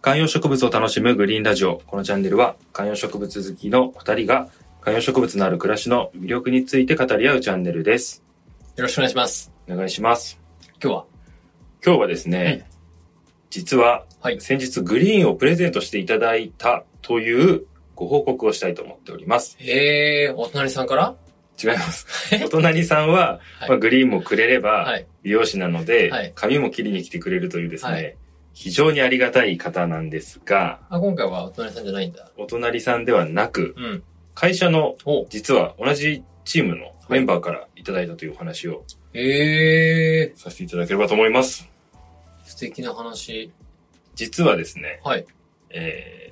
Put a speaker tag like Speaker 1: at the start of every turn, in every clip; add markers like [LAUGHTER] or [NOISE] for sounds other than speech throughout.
Speaker 1: 観葉植物を楽しむグリーンラジオ。このチャンネルは観葉植物好きの二人が観葉植物のある暮らしの魅力について語り合うチャンネルです。
Speaker 2: よろしくお願いします。
Speaker 1: お願いします。
Speaker 2: 今日は
Speaker 1: 今日はですね、実は
Speaker 2: はい
Speaker 1: 先日グリーンをプレゼントしていただいたというご報告をしたいと思っております。
Speaker 2: えー、お隣さんから
Speaker 1: 違います。お隣さんは、
Speaker 2: はい
Speaker 1: まあ、グリーンもくれれ
Speaker 2: は
Speaker 1: ば
Speaker 2: い。
Speaker 1: 美容師なので、
Speaker 2: はい
Speaker 1: 髪も切りに来てくれるというですね、
Speaker 2: はい
Speaker 1: 非常にありがたい方なんですが、
Speaker 2: あ、今回はお隣さんじゃないんだ。
Speaker 1: お隣さんではなく、
Speaker 2: うん。
Speaker 1: 会社の
Speaker 2: お
Speaker 1: 実は同じチームのメンバーからいただいたというお話を
Speaker 2: え
Speaker 1: させていただければと思います。
Speaker 2: ー、素敵な話。
Speaker 1: 実はですね、
Speaker 2: はい。
Speaker 1: えー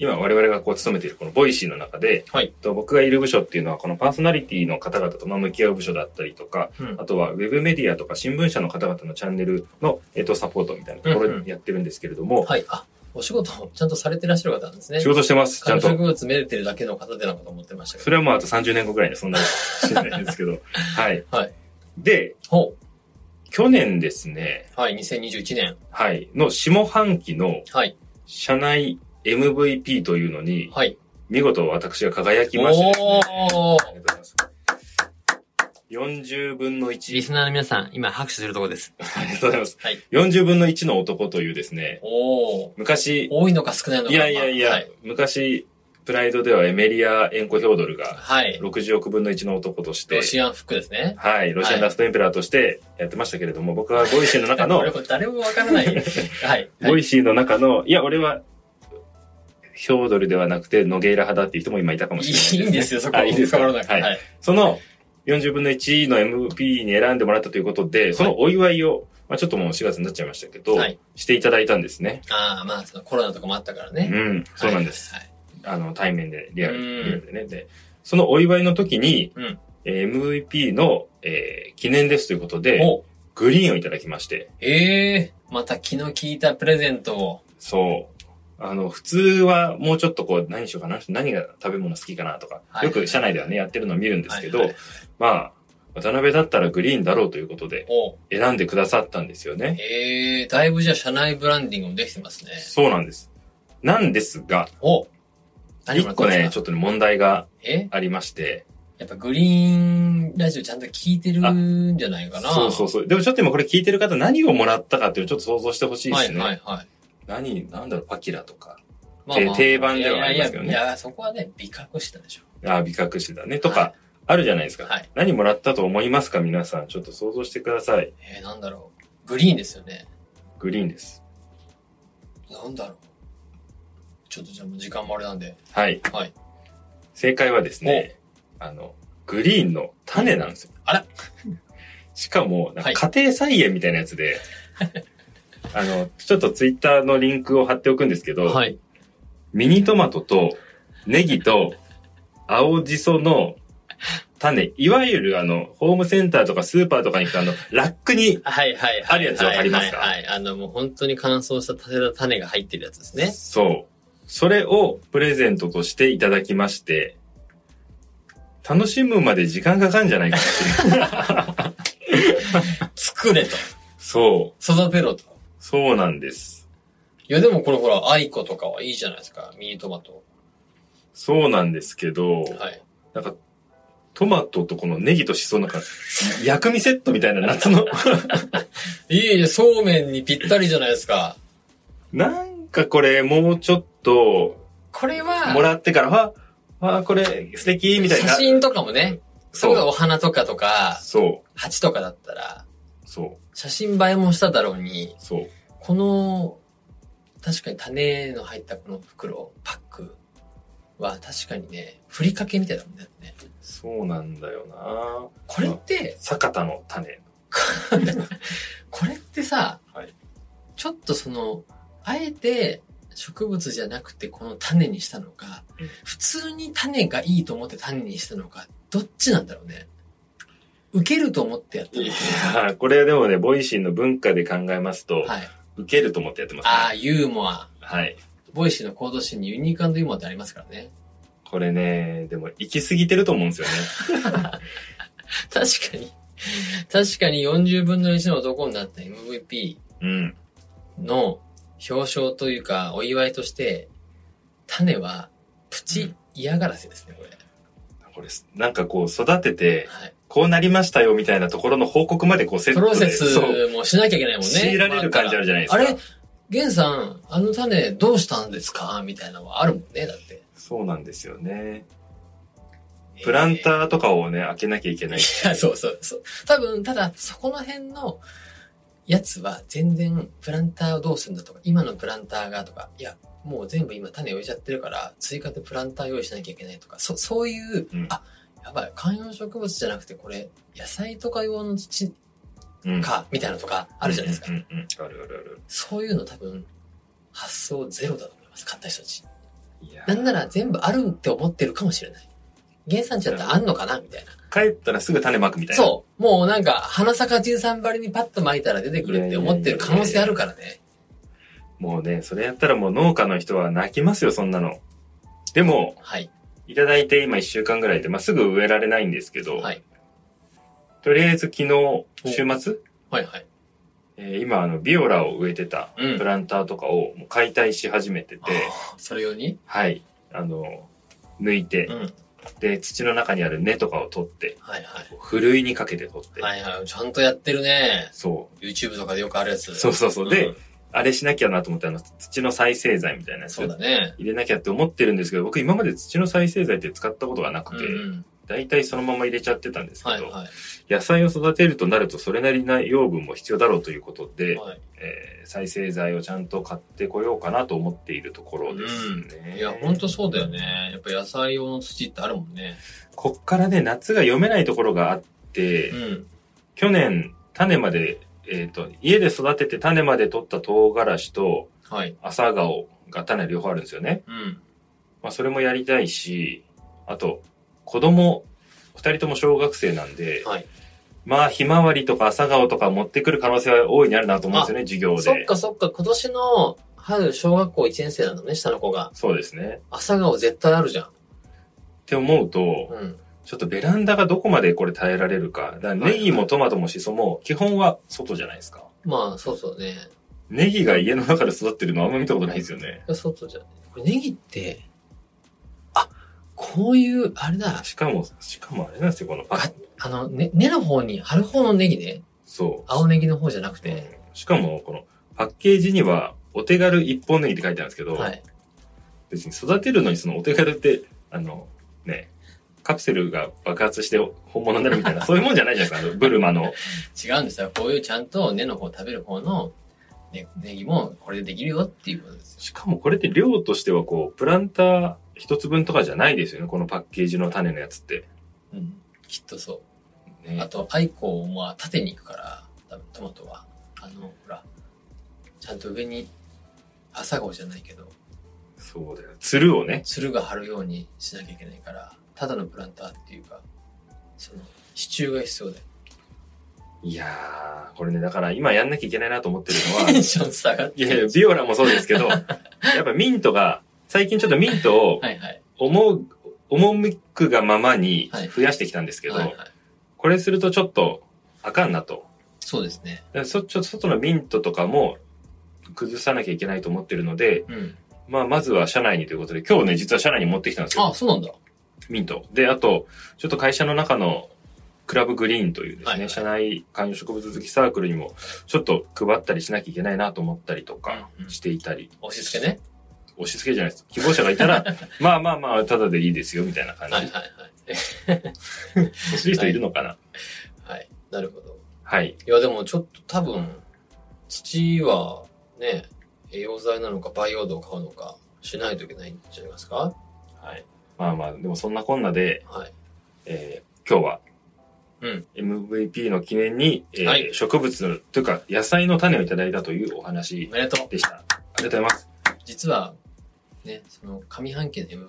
Speaker 1: 今我々がこう勤めているこのボイシーの中で、
Speaker 2: はい
Speaker 1: と僕がいる部署っていうのはこのパーソナリティの方々とまあ向き合う部署だったりとか、
Speaker 2: うん
Speaker 1: あとはウェブメディアとか新聞社の方々のチャンネルの、えっとサポートみたいなところでやってるんですけれども、
Speaker 2: はい。あ、お仕事もちゃんとされてらっしゃる方なんですね。
Speaker 1: 仕事してます、ちゃん
Speaker 2: 観葉
Speaker 1: と
Speaker 2: 植。物めでてるだけの方でなのかと思ってましたけ
Speaker 1: そ
Speaker 2: ど。
Speaker 1: れはもうあと30年後ぐらいでそんなにしないんですけ [LAUGHS] ど。はい。
Speaker 2: はい
Speaker 1: で、
Speaker 2: ほ
Speaker 1: 去年ですね、
Speaker 2: う。はい、2021年。
Speaker 1: はい、の下半期の
Speaker 2: はい。
Speaker 1: 社内 MVP というのに、
Speaker 2: はい。
Speaker 1: 見事私が輝きましてですね、
Speaker 2: おー
Speaker 1: ありがとうございます。40分の
Speaker 3: リ
Speaker 1: 1。
Speaker 3: スナーの皆さん、今拍手するとこです。
Speaker 1: ありがとうございます。
Speaker 2: はい
Speaker 1: 40分の1の男というですね、
Speaker 2: おー
Speaker 1: 昔、
Speaker 2: 多いのか少ないのか。
Speaker 1: いやいやいや、
Speaker 2: はい。
Speaker 1: 昔、プライドではエメリア・エンコ・ヒョードルが
Speaker 2: はい。
Speaker 1: 60億分の1の男として
Speaker 2: ロ、シアンフックですね。
Speaker 1: はい、ロシアンラストエンペラーとしてやってましたけれども、僕はボイシーの中
Speaker 2: [LAUGHS] これ
Speaker 1: の、
Speaker 2: も誰もわ [LAUGHS] からない。はい。
Speaker 1: ボイシーの中の、いや、俺は、ヒョードルではなくて、ノゲイラ派だっていう人も今いたかもしれない、
Speaker 2: いいんですよ、そこ
Speaker 1: あいいですか
Speaker 2: 変わらなくて
Speaker 1: はい
Speaker 2: はい。
Speaker 1: その40分の1の MVP に選んでもらったということで、そのお祝いを、まあ、ちょっともう4月になっちゃいましたけど、
Speaker 2: はい
Speaker 1: していただいたんですね。
Speaker 2: ああ、まあ、そのコロナとかもあったから
Speaker 1: う
Speaker 2: ね。
Speaker 1: ん、そうなんです。
Speaker 2: はい。
Speaker 1: あの、対面で、リアル
Speaker 2: うん
Speaker 1: リアルでね。で、そのお祝いの時に、
Speaker 2: うん
Speaker 1: えー MVP の、えー記念ですということで、
Speaker 2: お
Speaker 1: グリーンをいただきまして、
Speaker 2: ええまた気の利いたプレゼントを。
Speaker 1: そう。あの、普通はもうちょっとこう、何しようかな、何が食べ物好きかなとか、
Speaker 2: はい
Speaker 1: よく社内ではね、やってるのを見るんですけど、
Speaker 2: はいはい
Speaker 1: まあ、渡辺だったらグリーンだろうということで、
Speaker 2: お
Speaker 1: 選んでくださったんですよね。
Speaker 2: ええだいぶじゃあ社内ブランディングもできてますね。
Speaker 1: そうなんです。なんですが、
Speaker 2: お何も
Speaker 1: 一
Speaker 2: らった
Speaker 1: 個
Speaker 2: んですか
Speaker 1: ね、ちょっとね、問題が
Speaker 2: え
Speaker 1: ありまして。
Speaker 2: やっぱグリーンラジオちゃんと聞いてるんじゃないかな。
Speaker 1: そうそうそう。でもちょっと今これ聞いてる方何をもらったかっていうのをちょっと想像してほしいで
Speaker 2: は
Speaker 1: す
Speaker 2: い
Speaker 1: ね。
Speaker 2: はいはい。
Speaker 1: 何、なんだろう、パキラとか。
Speaker 2: ま
Speaker 1: て定番ではありますけどね
Speaker 2: いやいやいや、そこはね、美覚したでしょ。
Speaker 1: あー美覚師だね。と
Speaker 2: は
Speaker 1: か、あるじゃないですか。
Speaker 2: はい
Speaker 1: 何もらったと思いますか皆さん、ちょっと想像してください。
Speaker 2: ええなんだろう。グリーンですよね。
Speaker 1: グリーンです。
Speaker 2: なんだろう。ちょっとじゃあもう時間もあれなんで。
Speaker 1: はい。
Speaker 2: はい。
Speaker 1: 正解はですね、あの、グリーンの種なんですよ。
Speaker 2: あら
Speaker 1: [LAUGHS] しかも、なん
Speaker 2: はい
Speaker 1: か家庭菜園みたいなやつで、 [LAUGHS] あの、ちょっとツイッターのリンクを貼っておくんですけど、
Speaker 2: はい。
Speaker 1: ミニトマトとネギと青じその種、いわゆるあの、ホームセンターとかスーパーとかに行くとあの、ラックに、
Speaker 2: はいはいはい。
Speaker 1: あるやつわかりますか
Speaker 2: はいはいはい。あの、もう本当に乾燥した種の種が入ってるやつで
Speaker 1: [LAUGHS]
Speaker 2: すね。
Speaker 1: そう。それをプレゼントとしていただきまして、楽しむまで時間かかるんじゃないかっていう。
Speaker 2: 作れと。
Speaker 1: そう。
Speaker 2: 育てろと。
Speaker 1: そうなんです。
Speaker 2: いや、でもこれほら、アイコとかはいいじゃないですか。ミニトマト。
Speaker 1: そうなんですけど、
Speaker 2: はい。
Speaker 1: なんか、トマトとこのネギとシソなんか、薬味セットみたいな夏
Speaker 2: [LAUGHS]
Speaker 1: の、
Speaker 2: いえいえ、そうめんにぴったりじゃないですか。
Speaker 1: なんかこれもうちょっと、
Speaker 2: これは、
Speaker 1: もらってから、わ、わ、これ素敵みたいな。
Speaker 2: 写真とかもね。そ
Speaker 1: そ
Speaker 2: れが
Speaker 1: う。
Speaker 2: お花とかとか、
Speaker 1: そう。
Speaker 2: 鉢とかだったら、
Speaker 1: そう。
Speaker 2: 写真映えもしただろうに、
Speaker 1: そう。
Speaker 2: この、確かに種の入ったこの袋、パックは確かにね、ふりかけみたいなもんだよね。
Speaker 1: そうなんだよな
Speaker 2: これって、
Speaker 1: 坂田の種。 [LAUGHS]
Speaker 2: これってさ、
Speaker 1: はい
Speaker 2: ちょっとそのあえて植物じゃなくてこの種にしたのか、
Speaker 1: うん
Speaker 2: 普通に種がいいと思って種にしたのかどっちなんだろうね受けると思ってやった
Speaker 1: い
Speaker 2: のか
Speaker 1: やーこれでもね、ボイシーの文化で考えますと、
Speaker 2: はい、
Speaker 1: 受けると思ってやってます、ね。
Speaker 2: ああユーモア
Speaker 1: はい。
Speaker 2: ボイシーの行動誌にユニークユーモアってありますからね [LAUGHS]
Speaker 1: これね、でも行き過ぎてると思うんですよね。
Speaker 2: 確かに確かに40分の1の男になった MVP
Speaker 1: うん。
Speaker 2: の表彰というか、お祝いとして、種はプチ嫌がらせですね、これ。
Speaker 1: これ、なんかこう育てて、
Speaker 2: はい。
Speaker 1: こうなりましたよみたいなところの報告までこうセッ
Speaker 2: プ
Speaker 1: トで。
Speaker 2: ロセス
Speaker 1: そう。
Speaker 2: もしなきゃいけないもんね。
Speaker 1: 強いられる感じあるじゃないですか
Speaker 2: あれ、源さん、あの種どうしたんですかみたいなのはあるもんね、だって。
Speaker 1: そうなんですよね。プランターとかをね、開けなきゃいけない。
Speaker 2: いや、そうそうそう。多分、ただ、そこの辺の、やつは全然、プランターをどうするんだとか、今のプランターがとか、いや、もう全部今種植えちゃってるから、追加でプランター用意しなきゃいけないとか、そ、そういう、
Speaker 1: うん
Speaker 2: あ、やばい、観葉植物じゃなくて、これ、野菜とか用の土
Speaker 1: うん。
Speaker 2: か、みたいなのとか、あるじゃないですか。
Speaker 1: うんうんうんあるあるある。
Speaker 2: そういうの多分、発想ゼロだと思います、買った人たち。
Speaker 1: いやー
Speaker 2: なんなら全部あるって思ってるかもしれない。原産地だったらあんのかなみたいな。
Speaker 1: 帰ったらすぐ種まくみたいな。
Speaker 2: そう。もうなんか、花坂十三張りにパッと巻いたら出てくるって思ってる可能性あるからね。
Speaker 1: もうね、それやったらもう農家の人は泣きますよ、そんなの。でも、
Speaker 2: はい。
Speaker 1: いただいて今1週間ぐらいで、まあ、すぐ植えられないんですけど、
Speaker 2: はい。
Speaker 1: とりあえず昨日、週末、
Speaker 2: はいはい。
Speaker 1: えー今あの、ビオラを植えてた
Speaker 2: うん
Speaker 1: プランターとかをもう解体し始めてて、
Speaker 2: あーそれ用に
Speaker 1: はい、あの、抜いて、
Speaker 2: うん。はい
Speaker 1: で、土の中にある根とかを取って、
Speaker 2: はい。
Speaker 1: ふるいにかけて取って、
Speaker 2: はいはい。ちゃんとやってるね。
Speaker 1: そ
Speaker 2: YouTube とかでよくあるやつ。
Speaker 1: う、そうそうそう。
Speaker 2: う
Speaker 1: で
Speaker 2: ん、
Speaker 1: あれしなきゃなと思って、あの、土の再生剤みたいなやつ
Speaker 2: そうだね。
Speaker 1: 入れなきゃって思ってるんですけど、僕今まで土の再生剤って使ったことがな
Speaker 2: う
Speaker 1: く
Speaker 2: ん
Speaker 1: て、
Speaker 2: うん。
Speaker 1: 大体そのまま入れちゃってたんですけど、
Speaker 2: はいは
Speaker 1: 野菜を育てるとなるとそれなりな養分も必要だろうということ
Speaker 2: い。
Speaker 1: で、
Speaker 2: はい
Speaker 1: えー再生剤をちゃんと買ってこようかなと思っているところですね。
Speaker 2: いや、ほんとそうだよね。やっぱ野菜用の土ってあるもんね。
Speaker 1: こっからね、夏が読めないところがあって、
Speaker 2: うん。
Speaker 1: 去年種まで、えっ、と、家で育てて種まで取った唐辛子と
Speaker 2: はい。
Speaker 1: 朝顔が種両方あるんですよね。
Speaker 2: うん。
Speaker 1: まあそれもやりたいし、あと、子供、二人とも小学生なんで、
Speaker 2: はい。
Speaker 1: まあ、ひまわりとか朝顔とか持ってくる可能性は大いにあるなと思うんですよね、授業で。
Speaker 2: そっかそっか、今年の春、小学校1年生なのね、下の子が。
Speaker 1: そうですね。
Speaker 2: 朝顔絶対あるじゃん。
Speaker 1: って思うと、
Speaker 2: うん。
Speaker 1: ちょっとベランダがどこまでこれ耐えられるか。だからネギもトマトもシソも、基本は外じゃないですか。
Speaker 2: まあ、そうそうね。
Speaker 1: ネギが家の中で育ってるのあんま見たことないですよね。
Speaker 2: 外じゃん。これネギって、あ、こういう、あれだ、
Speaker 1: しかも、しかもあれなんですよ、このパ
Speaker 2: ああの、ね、根の方に、春方のネギね。
Speaker 1: そう。
Speaker 2: 青ネギの方じゃな
Speaker 1: う
Speaker 2: く
Speaker 1: ん
Speaker 2: て。
Speaker 1: しかも、このパッケージには、お手軽一本ネギって書いてあるんですけど、
Speaker 2: はい。
Speaker 1: 別に育てるのにそのお手軽って、あの、ね、カプセルが爆発して本物になるみ
Speaker 2: [LAUGHS]
Speaker 1: たいな、そういうもんじゃないじゃないですか、あの、ブルマの。
Speaker 2: 違うんですよ。こういうちゃんと根の方食べる方の、ね、ネギもこれでできるよっていうことですよ。
Speaker 1: しかもこれって量としてはこう、プランター一つ分とかじゃないですよね、このパッケージの種のやつって。
Speaker 2: うん。きっとそう。あ
Speaker 1: ね、
Speaker 2: と、アイコンは縦に行くから、多分トマトは。あの、ほら、ちゃんと上に、朝顔じゃないけど、
Speaker 1: そうだよ。つるをね、
Speaker 2: つるが張るようにしなきゃいけないから、ただのプランターっていうか、その、支柱が必要だよ。
Speaker 1: いやー、これね、だから今やんなきゃいけないなと思ってるの
Speaker 2: テ
Speaker 1: は、
Speaker 2: ンション下がっ
Speaker 1: いやいや、ビオラもそうですけ
Speaker 2: [LAUGHS]
Speaker 1: ど、やっぱミントが、最近ちょっとミントを
Speaker 2: はいはい。
Speaker 1: 思う、赴くがままに増やしてきたんですけど、
Speaker 2: はいはい。
Speaker 1: これするとちょっと、あかんなと。
Speaker 2: そうですね。
Speaker 1: だからそちょっと外のミントとかも崩さなきゃいけないと思ってるので、
Speaker 2: うん。
Speaker 1: まあ、まずは社内にということで、今日ね、実は社内に持ってきたんですよ。
Speaker 2: あ、そうなんだ。
Speaker 1: ミント。で、あと、ちょっと会社の中のクラブグリーンというですね、
Speaker 2: はいはい
Speaker 1: 社内観葉植物好きサークルにも、ちょっと配ったりしなきゃいけないなと思ったりとか
Speaker 2: うんうん
Speaker 1: していたり、
Speaker 2: 押し付けね。
Speaker 1: 押し付けじゃないです。希望者がいた
Speaker 2: [LAUGHS]
Speaker 1: ら、まあまあまあ、ただでいいですよ、みたいな感じ。
Speaker 2: はいはいはい。
Speaker 1: 欲しい人いるのかな、
Speaker 2: はい。なるほど。
Speaker 1: はい、
Speaker 2: いや、でもちょっと多分、土はね、栄養剤なのか培養土を買うのかしないといけないんじゃないですかはい。
Speaker 1: まあまあ、でもそんなこんなで、
Speaker 2: はい。
Speaker 1: えー今日は、
Speaker 2: うん。
Speaker 1: MVP の記念に、えー
Speaker 2: はい
Speaker 1: 植物というか野菜の種をいただいたというお話
Speaker 2: おめでとう。
Speaker 1: でした。ありがとうございます。
Speaker 2: 実は、ね、その上半期の MVP は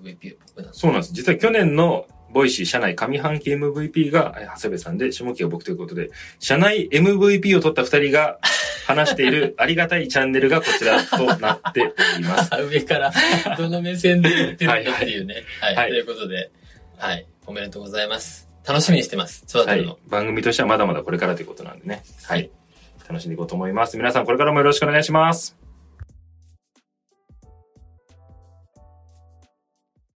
Speaker 2: 僕なんです。
Speaker 1: そうなんです。実は去年のボイシー社内上半期 MVP がえー長谷部さんで、下期は僕ということで、社内 MVP を取った二人が話しているありがたいチャンネルがこちらとなっております。[LAUGHS]
Speaker 2: 上から、どの目線で言ってるのかっていうね。はい、
Speaker 1: はい
Speaker 2: ということで、はい。おめでとうございます。楽しみにしてます。育
Speaker 1: は
Speaker 2: てるの。
Speaker 1: い。番組としてはまだまだこれからということなんでね。はい。楽しんでいこうと思います。皆さんこれからもよろしくお願いします。